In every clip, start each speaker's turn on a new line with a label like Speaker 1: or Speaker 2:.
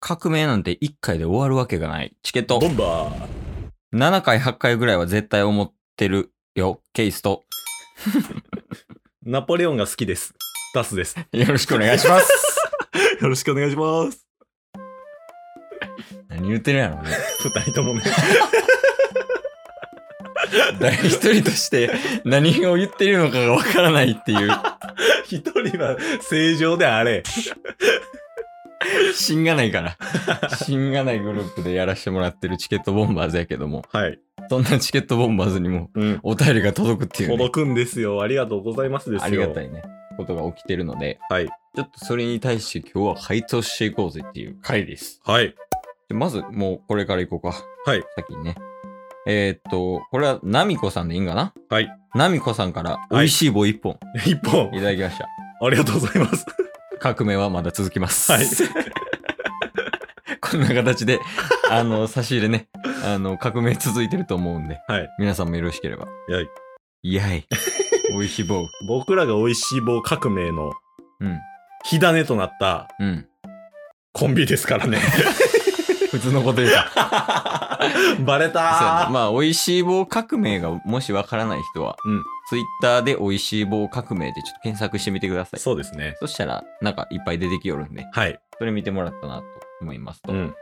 Speaker 1: 革命なんて1回で終わるわけがない。チケット
Speaker 2: ボ。ンバー
Speaker 1: 7回、8回ぐらいは絶対思ってるよ。ケイスト。
Speaker 2: ナポレオンが好きです。ダスです。
Speaker 1: よろしくお願いします。
Speaker 2: よろしくお願いします。
Speaker 1: 何言ってるんやろね。
Speaker 2: 二人ともね。
Speaker 1: 誰一人として何を言ってるのかがわからないっていう、
Speaker 2: 一人は正常であれ。
Speaker 1: 芯がないから。芯がないグループでやらしてもらってるチケットボンバーズやけども、
Speaker 2: はい。
Speaker 1: そんなチケットボンバーズにも
Speaker 2: うん。
Speaker 1: お便りが届くっていう、ね、
Speaker 2: 届くんですよ。ありがとうございますですよ。
Speaker 1: ありがたいね、ことが起きてるので、
Speaker 2: はい。
Speaker 1: ちょっとそれに対して今日は回答していこうぜっていう回です。
Speaker 2: はい。
Speaker 1: でまず、もうこれからいこうか。
Speaker 2: はい。
Speaker 1: 先にね。えー、っと、これはナミコさんでいいんかな
Speaker 2: はい。
Speaker 1: ナミコさんから
Speaker 2: い
Speaker 1: 美味しい棒1本
Speaker 2: 一本
Speaker 1: いた。だきました。
Speaker 2: ありがとうござ います。
Speaker 1: 革命はまだ続きます。
Speaker 2: はい
Speaker 1: こんな形で、あの、差し入れね、あの、革命続いてると思うんで、
Speaker 2: はい。
Speaker 1: 皆さんもよろしければ。
Speaker 2: やい
Speaker 1: やい。美味しい棒。
Speaker 2: 僕らが美味しい棒革命の
Speaker 1: うん。
Speaker 2: 火種となった
Speaker 1: うん。
Speaker 2: コンビですか らね。
Speaker 1: 普通のこと言うた。
Speaker 2: バレ
Speaker 1: そうや
Speaker 2: た
Speaker 1: な
Speaker 2: ー。
Speaker 1: まあ、美味しい棒革命がもしわからない人は、
Speaker 2: うん
Speaker 1: ツイッターで美味しい棒革命でちょっと検索してみてください。
Speaker 2: そうですね。
Speaker 1: そしたら、なんかいっぱい出てきよるんで、
Speaker 2: はい。
Speaker 1: それ見てもらったなと思いますと。
Speaker 2: ん。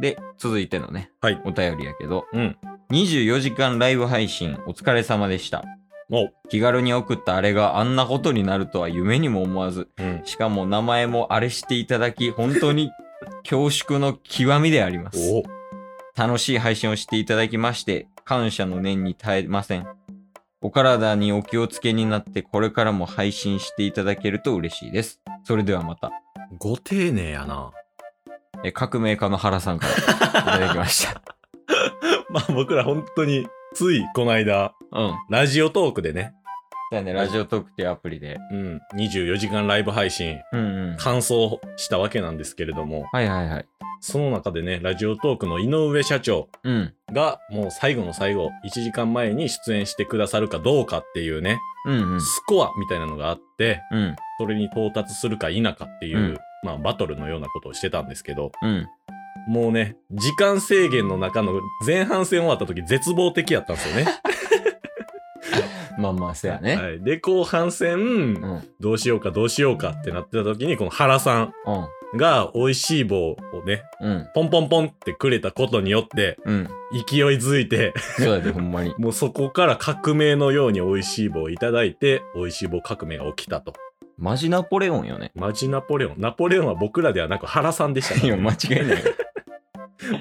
Speaker 1: で、続いてのね、
Speaker 2: はい
Speaker 1: お便りやけど、
Speaker 2: うん。
Speaker 1: 24時間ライブ配信お疲れ様でした。
Speaker 2: おう。
Speaker 1: 気軽に送ったあれがあんなことになるとは夢にも思わず、
Speaker 2: うん。
Speaker 1: しかも名前もあれしていただき、本当に恐縮の極みであります。
Speaker 2: おう
Speaker 1: 楽しい配信をしていただきまして、感謝の念に耐えません。お体にお気をつけになって、これからも配信していただけると嬉しいです。それではまた、
Speaker 2: ご丁寧や な。
Speaker 1: え革命家の原さんからいただきました。
Speaker 2: まあ僕ら本当についこの間、
Speaker 1: うん。
Speaker 2: ラジオトークでね、
Speaker 1: だよね、ラジオトークっていうアプリで。
Speaker 2: うん、24時間ライブ配信、
Speaker 1: うんうん。
Speaker 2: 完走したわけなんですけれども、
Speaker 1: はいはいはい。
Speaker 2: その中でね、ラジオトークの井上社長
Speaker 1: うん。
Speaker 2: が、もう最後の最後、1時間前に出演してくださるかどうかっていうね、
Speaker 1: うんうん。
Speaker 2: スコアみたいなのがあって、
Speaker 1: うん。
Speaker 2: それに到達するか否かっていう、
Speaker 1: うん
Speaker 2: まあバトルのようなことをしてたんですけど、
Speaker 1: うん。
Speaker 2: もうね、時間制限の中の前半戦終わった時絶望的やったんですよね。
Speaker 1: まあま あ、そやね。
Speaker 2: はい、で、後半戦、
Speaker 1: うん。
Speaker 2: どうしようかどうしようかってなってた時に、この原さん
Speaker 1: うん。
Speaker 2: が美味しい棒をね、
Speaker 1: うん。
Speaker 2: ポンポンポンってくれたことによって、
Speaker 1: うん。
Speaker 2: 勢いづいて、
Speaker 1: そうやで、ほんまに。
Speaker 2: もうそこから革命のように美味しい棒をいただいて、美味しい棒革命が起きたと。
Speaker 1: マジナポレオンよね。
Speaker 2: マジナポレオン。ナポレオンは僕らではなく原さんでした か
Speaker 1: い
Speaker 2: ら
Speaker 1: や、
Speaker 2: ね、
Speaker 1: 間違いない。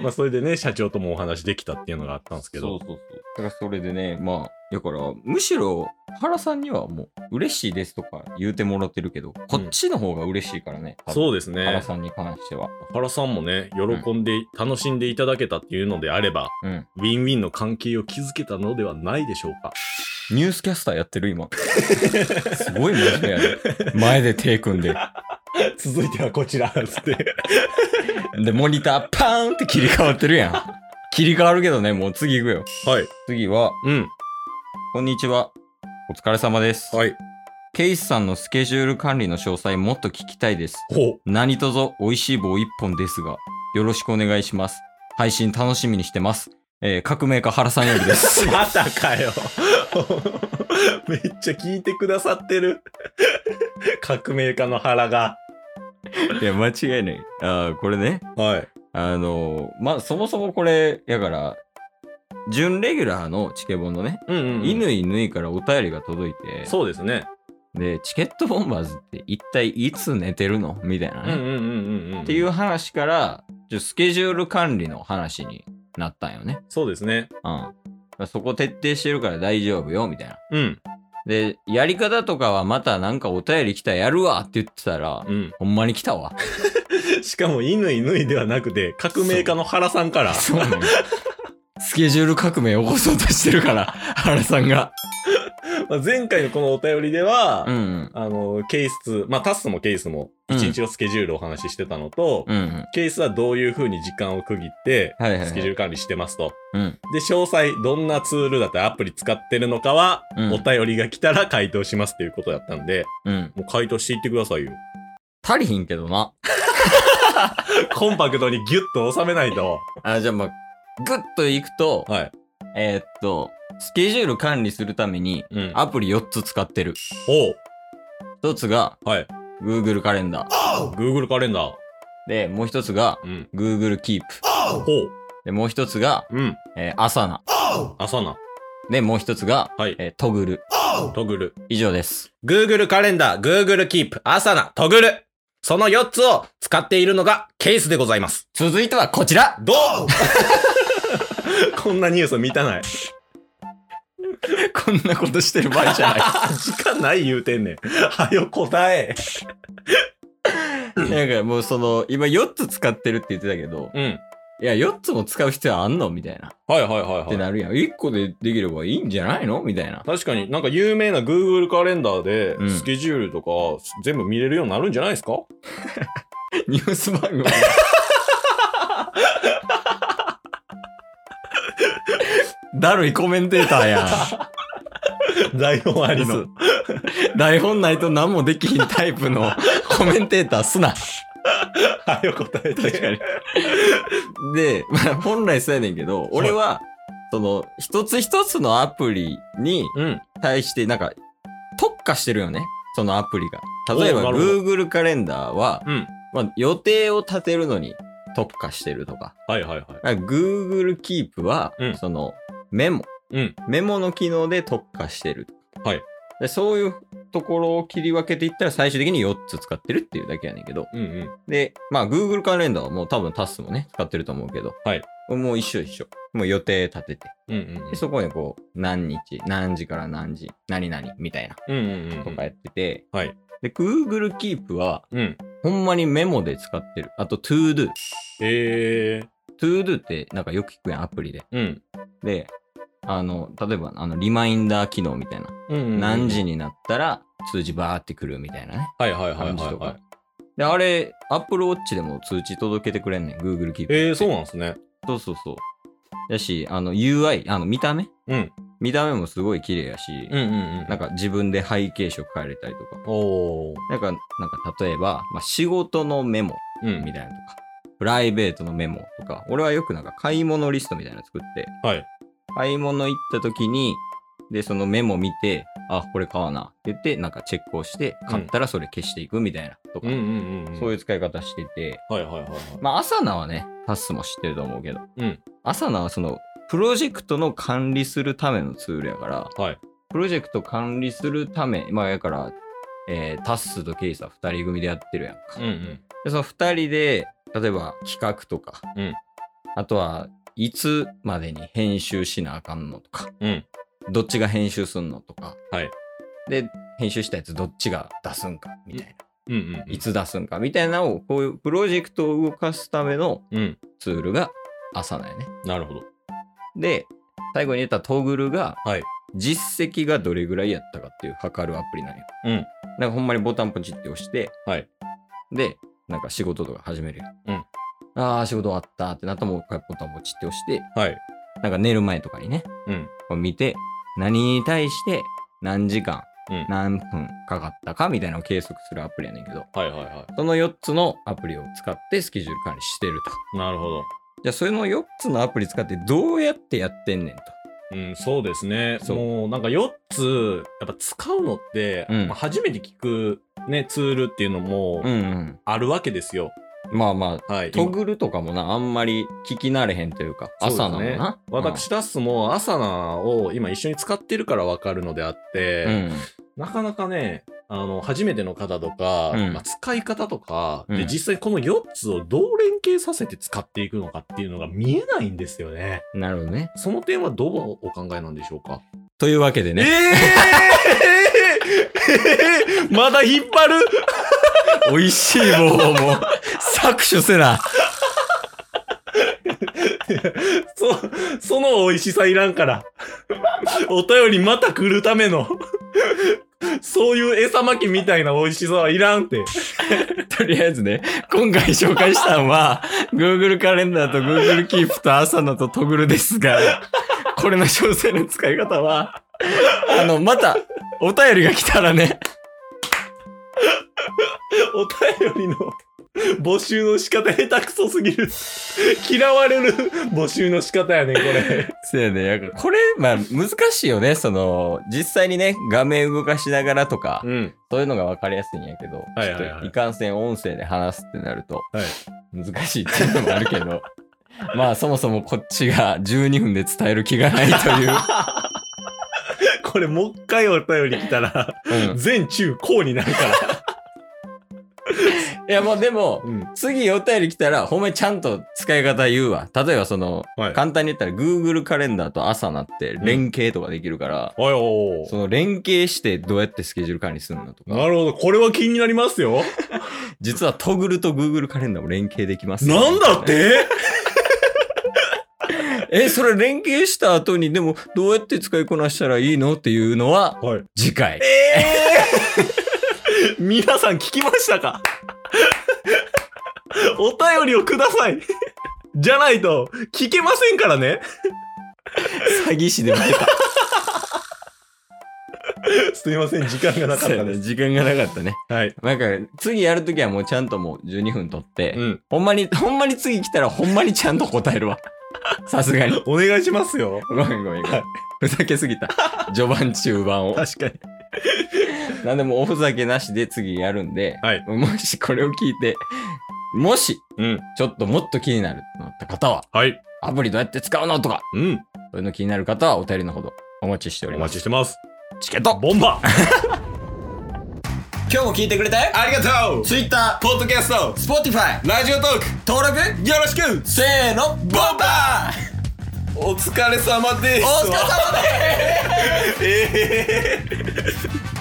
Speaker 2: まあそれでね、社長ともお話できたっていうのがあったんですけど。
Speaker 1: そうそうそう。だからそれでね、まあ、だから、むしろ、原さんにはもう、嬉しいですとか言うてもらってるけど、こっちの方が嬉しいからね。多分
Speaker 2: そうです
Speaker 1: 原
Speaker 2: ね。
Speaker 1: さんに関しては。
Speaker 2: 原さんもね、喜んで、楽しんでいただけたっていうのであれば、
Speaker 1: うん。
Speaker 2: ウィンウィンの関係を築けたのではないでしょうか。
Speaker 1: ニュースキャスターやってる、今。 すごい真面目やね。前で手組んで。
Speaker 2: 続いてはこちら、つって。
Speaker 1: で、モニター、パーンって切り替わってるやん。切り替わるけどね、もう次行くよ。
Speaker 2: はい。
Speaker 1: 次は、
Speaker 2: うん。
Speaker 1: こんにちは。お疲れ様です。
Speaker 2: はい。
Speaker 1: ケイスさんのスケジュール管理の詳細もっと聞きたいです。
Speaker 2: ほう。
Speaker 1: 何卒美味しい棒一本ですが、よろしくお願いします。配信楽しみにしてます。えー、革命家原さんよりです。
Speaker 2: またかよ。めっちゃ聞いてくださってる。 革命家の腹が。
Speaker 1: いや、間違いない。あーこれね、
Speaker 2: はい。
Speaker 1: あのーまあ、そもそもこれ、やから、準レギュラーのチケボンのね、
Speaker 2: うんうん、うん。
Speaker 1: 犬犬からお便りが届いて、
Speaker 2: そうですね。
Speaker 1: で、チケットボンバーズって一体いつ寝てるのみたいな
Speaker 2: う
Speaker 1: ね。
Speaker 2: んうんうんうんうん。
Speaker 1: っていう。話から、ちょスケジュール管理の話になったんよね。
Speaker 2: そうですね。
Speaker 1: うん。そこ徹底してるから大丈夫よ、みたいな。
Speaker 2: うん。
Speaker 1: で、やり方とかはまたなんかお便り来たらやるわって言ってたら、
Speaker 2: うん。
Speaker 1: ほんまに来た わ。
Speaker 2: しかも、犬犬ではなくて、革命家の原さんから。
Speaker 1: そうなのよ スケジュール革命起こそうとしてるから、原さんが。
Speaker 2: まあ前回のこのお便りでは、
Speaker 1: うんうん。
Speaker 2: あの、ケイス、まあ、タスもケイスも、一日のスケジュールをお話ししてたのと、
Speaker 1: うんうん。
Speaker 2: ケースはどういう風に時間を区切って、
Speaker 1: はいはいはい
Speaker 2: スケジュール管理してますと。
Speaker 1: うん。
Speaker 2: で、詳細、どんなツールだったりアプリ使ってるのかは、
Speaker 1: うん
Speaker 2: お便りが来たら回答しますっていうことだったんで、
Speaker 1: うん。
Speaker 2: もう回答していってくださいよ。
Speaker 1: 足りひんけどな。
Speaker 2: コンパクトにギュッと収めないと。
Speaker 1: あ、じゃあまあ、ぐっと行くと、
Speaker 2: はい。
Speaker 1: えーっと、スケジュール管理するために、
Speaker 2: うん。
Speaker 1: アプリ4つ使ってる。
Speaker 2: おう。
Speaker 1: 1つが、
Speaker 2: はい。
Speaker 1: Google カレンダー。
Speaker 2: Google カレンダー。
Speaker 1: で、もう1つが、
Speaker 2: うん。
Speaker 1: Google Keep。
Speaker 2: ほう。
Speaker 1: で、もう1つが、
Speaker 2: うん。
Speaker 1: えー、Asana。
Speaker 2: 朝な。
Speaker 1: で、もう1つが、
Speaker 2: はい。
Speaker 1: えー、トグル。
Speaker 2: トグル。
Speaker 1: 以上です。
Speaker 2: Google カレンダー、Google Keep、アサナ、トグル。その4つを使っているのがケースでございます。
Speaker 1: 続いてはこちら
Speaker 2: どう こんなニュース見たない。
Speaker 1: こんなことしてる場合じゃない。
Speaker 2: 時間ない言うてんねん。はよ答え。
Speaker 1: なんかもうその、今4つ使ってるって言ってたけど、
Speaker 2: うん。
Speaker 1: いや、4つも使う必要あんのみたいな。
Speaker 2: はいはい
Speaker 1: っ
Speaker 2: は
Speaker 1: てなるやん。1個でできればいいんじゃないのみた いな。
Speaker 2: 確かになんか有名な Google カレンダー
Speaker 1: う
Speaker 2: で
Speaker 1: ん
Speaker 2: スケジュールとか全部見れるようになるんじゃないですか、
Speaker 1: ニュース番組。だるいコメンテーターやん。
Speaker 2: 台本あ
Speaker 1: 嘘。 台本ないと何もできひんタイプの コメンテーターすな。
Speaker 2: はよ答えて。
Speaker 1: 確かに。で、まあ、本来そうやねんけど、俺は、その、一つ一つのアプリに
Speaker 2: うん。
Speaker 1: 対して、なんか、特化してるよね。そのアプリが。例えば、
Speaker 2: おーなる
Speaker 1: Google カレンダーは、
Speaker 2: うん
Speaker 1: まあ、予定を立てるのに特化してるとか。
Speaker 2: はいはいはい。
Speaker 1: だから Google Keep は、
Speaker 2: うん
Speaker 1: その、メモ。
Speaker 2: うん。
Speaker 1: メモの機能で特化してる。
Speaker 2: はい
Speaker 1: で。そういうところを切り分けていったら最終的に4つ使ってるっていうだけやねんけど。
Speaker 2: うんうん。
Speaker 1: で、まあ Google カレンダーはもう多分タスもね、使ってると思うけど。
Speaker 2: はい
Speaker 1: もう一緒一緒。もう予定立てて。
Speaker 2: うんうんうん
Speaker 1: で、そこにこう、何日、何時から何時、何々みたいな
Speaker 2: うんうんうん。
Speaker 1: とかやってて。
Speaker 2: はい。
Speaker 1: で、Google Keep は、
Speaker 2: うん。
Speaker 1: ほんまにメモで使ってる。あと ToDo。
Speaker 2: ええ
Speaker 1: ToDo ってなんかよく聞くやん、アプリで。
Speaker 2: ー。うん。
Speaker 1: で、あの、例えば、あの、リマインダー機能みたいな。
Speaker 2: うんうんうん
Speaker 1: 何時になったら通知バーってくるみたいなね。
Speaker 2: はいはいはいはい、
Speaker 1: 感じと
Speaker 2: は
Speaker 1: か
Speaker 2: い。。
Speaker 1: で、あれ、Apple Watch でも通知届けてくれんねん。Google Keep。
Speaker 2: えー、そうなんですね。
Speaker 1: そうそうそう。だし、あの、UI、あの、見た目
Speaker 2: うん。
Speaker 1: 見た目もすごい綺麗やし、
Speaker 2: うんうんうん。
Speaker 1: なんか自分で背景色変えれたりとか。
Speaker 2: おー。
Speaker 1: なんか、なんか例えば、まあ、仕事のメモ
Speaker 2: う
Speaker 1: み
Speaker 2: ん。
Speaker 1: たいなのとか、プライベートのメモとか、俺はよくなんか買い物リストみたいなの作って、
Speaker 2: はい。
Speaker 1: 買い物行った時に、で、そのメモ見て、あ、これ買わなって言って、なんかチェックをして、買ったらそれ消していくみたいなとか、
Speaker 2: うんうんうん。。
Speaker 1: そういうう使い方してて、
Speaker 2: はいはいはいはい。
Speaker 1: まあ、アサナはね、タスも知ってると思うけど、
Speaker 2: うん。
Speaker 1: アサナはその、プロジェクトの管理するためのツールやから、
Speaker 2: はい。
Speaker 1: プロジェクト管理するため、まあ、やから、えータッスとケイスは2人組でやってるやんか。
Speaker 2: うんうん。
Speaker 1: で、その2人で、例えば企画とか、
Speaker 2: うん
Speaker 1: あとはいつまでに編集しなあかんのとか、
Speaker 2: うん
Speaker 1: どっちが編集すんのとか、
Speaker 2: はい
Speaker 1: で、編集したやつどっちが出すんかみたい
Speaker 2: うんうんうん。
Speaker 1: な、いつ出すんかみたいなのを、こういうプロジェクトを動かすための
Speaker 2: うん。
Speaker 1: ツールが朝なんやね。
Speaker 2: なるほど。
Speaker 1: で、最後に言ったトグルが、
Speaker 2: はい
Speaker 1: 実績がどれぐらいやったかっていう測るアプリなんよ。
Speaker 2: うん
Speaker 1: なんかほんまにボタンポチって押して、
Speaker 2: はい
Speaker 1: で、なんか仕事とか始めるや
Speaker 2: うん。
Speaker 1: ああ、仕事終わったってなったらもう一回ボタンポチって押して、
Speaker 2: はい。
Speaker 1: なんか寝る前とかにね、
Speaker 2: うん。
Speaker 1: こう見て、何に対して何時間、
Speaker 2: うん
Speaker 1: 何分かかったかみたいなのを計測するアプリやねんけど、
Speaker 2: はいはいは
Speaker 1: その4つのアプリを使ってスケジュール管理してると。
Speaker 2: い。なるほど。
Speaker 1: じゃあ、それの4つのアプリ使ってどうやってやってんねんと。
Speaker 2: うん、そうですね。
Speaker 1: そう
Speaker 2: もうなんか4つ、やっぱ使うのって、
Speaker 1: うん
Speaker 2: まあ初めて聞くね、ツールっていうのも
Speaker 1: うんうん。
Speaker 2: あるわけですよ。
Speaker 1: まあま
Speaker 2: はい。
Speaker 1: あ、トグルとかもな、あんまり聞き慣れへんというか、
Speaker 2: そうです
Speaker 1: 朝なの
Speaker 2: ね
Speaker 1: な。
Speaker 2: 私ダッスもアサナを今一緒に使ってるからわかるのであって、
Speaker 1: うん、
Speaker 2: なかなかね、あの、初めての方とか、
Speaker 1: うん
Speaker 2: まあ、使い方とか、
Speaker 1: う
Speaker 2: で、
Speaker 1: ん
Speaker 2: 実際この4つをどう連携させて使っていくのかっていうのが見えないんですよね。
Speaker 1: うん。なるほどね。
Speaker 2: その点はどうお考えなんでしょう か
Speaker 1: というわけで
Speaker 2: え
Speaker 1: ね、
Speaker 2: えーまだ引っ張る
Speaker 1: 美味しい棒をもう 搾取せな。
Speaker 2: そ、その美味しさいらんから。お便りまた来るための。そういう餌巻きみたいな美味しさはいらんって。
Speaker 1: とりあえずね、今回紹介したのは、Google カレンダーと Google Keep と朝のとトグルですが、これの詳細の使い方は、あの、また、お便りが来たらね、
Speaker 2: お便りの募集の仕方下手くそすぎる。嫌われる募集の仕方やねん、これ。
Speaker 1: そうやね。やっぱこれ、まあ、難しいよね。その、実際にね、画面動かしながらとか、
Speaker 2: うん。
Speaker 1: そういうのが分かりやすいんやけど、
Speaker 2: はいはいはい
Speaker 1: ちょっといかんせん音声で話すってなると、
Speaker 2: はい
Speaker 1: 難しいっていうのもあるけど、 まあ、そもそもこっちが12分で伝える気がないと
Speaker 2: これ、もう一回お便り来たら、
Speaker 1: いう。うん、
Speaker 2: 全中高になるから。
Speaker 1: いや、もうでも、
Speaker 2: うん。
Speaker 1: 次お便り来たら、ほんまにちゃんと使い方言うわ。例えばその、
Speaker 2: はい。
Speaker 1: 簡単に言ったら Google カレンダーと朝なって連携とかできるから、
Speaker 2: おいお
Speaker 1: その連携してどうやってスケジュール管理するのと
Speaker 2: な
Speaker 1: か、
Speaker 2: るほど。これは気になります よ。
Speaker 1: 実はトグルと Google カレンダーも連携できますよ
Speaker 2: なんだって
Speaker 1: え、それ連携した後にでもどうやって使いこなしたらいいのっていうのは
Speaker 2: はい。
Speaker 1: 次回。
Speaker 2: えー、皆さん聞きましたか お便りをください。じゃないと聞けませんからね。
Speaker 1: 詐欺師でも出た。
Speaker 2: すいません、時間がなか ったです。
Speaker 1: 時間がなかったね。
Speaker 2: はい。
Speaker 1: なんか次やるときはもうちゃんともう12分取って、
Speaker 2: うん。
Speaker 1: ほんまに、ほんまに次来たらほんまにちゃんと答 えるわ。さすがに。
Speaker 2: お願いしますよ。
Speaker 1: ごめんごめんごめん。ふざけすぎた。序盤中盤を。
Speaker 2: 確かに。
Speaker 1: なんでもうおふざけなしで次やるんで、
Speaker 2: はい
Speaker 1: もしこれを聞いて、もし、
Speaker 2: うん。
Speaker 1: ちょっともっと気になるとなった方は、
Speaker 2: はい。
Speaker 1: アプリどうやって使うのとか、
Speaker 2: うん。
Speaker 1: そういうの気になる方はお便りのほどお待ちしてお
Speaker 2: お
Speaker 1: りま
Speaker 2: 待ち
Speaker 1: す。
Speaker 2: してます。
Speaker 1: チケット
Speaker 2: ボンバー
Speaker 1: 今日も聞いてくれて
Speaker 2: ありがとう
Speaker 1: Twitter、
Speaker 2: ポッドキャスト
Speaker 1: Spotify、
Speaker 2: ラジオトーク
Speaker 1: 登録、
Speaker 2: よろしく
Speaker 1: せーの、ボンバー
Speaker 2: お疲れ様です
Speaker 1: お疲れ様です
Speaker 2: ええ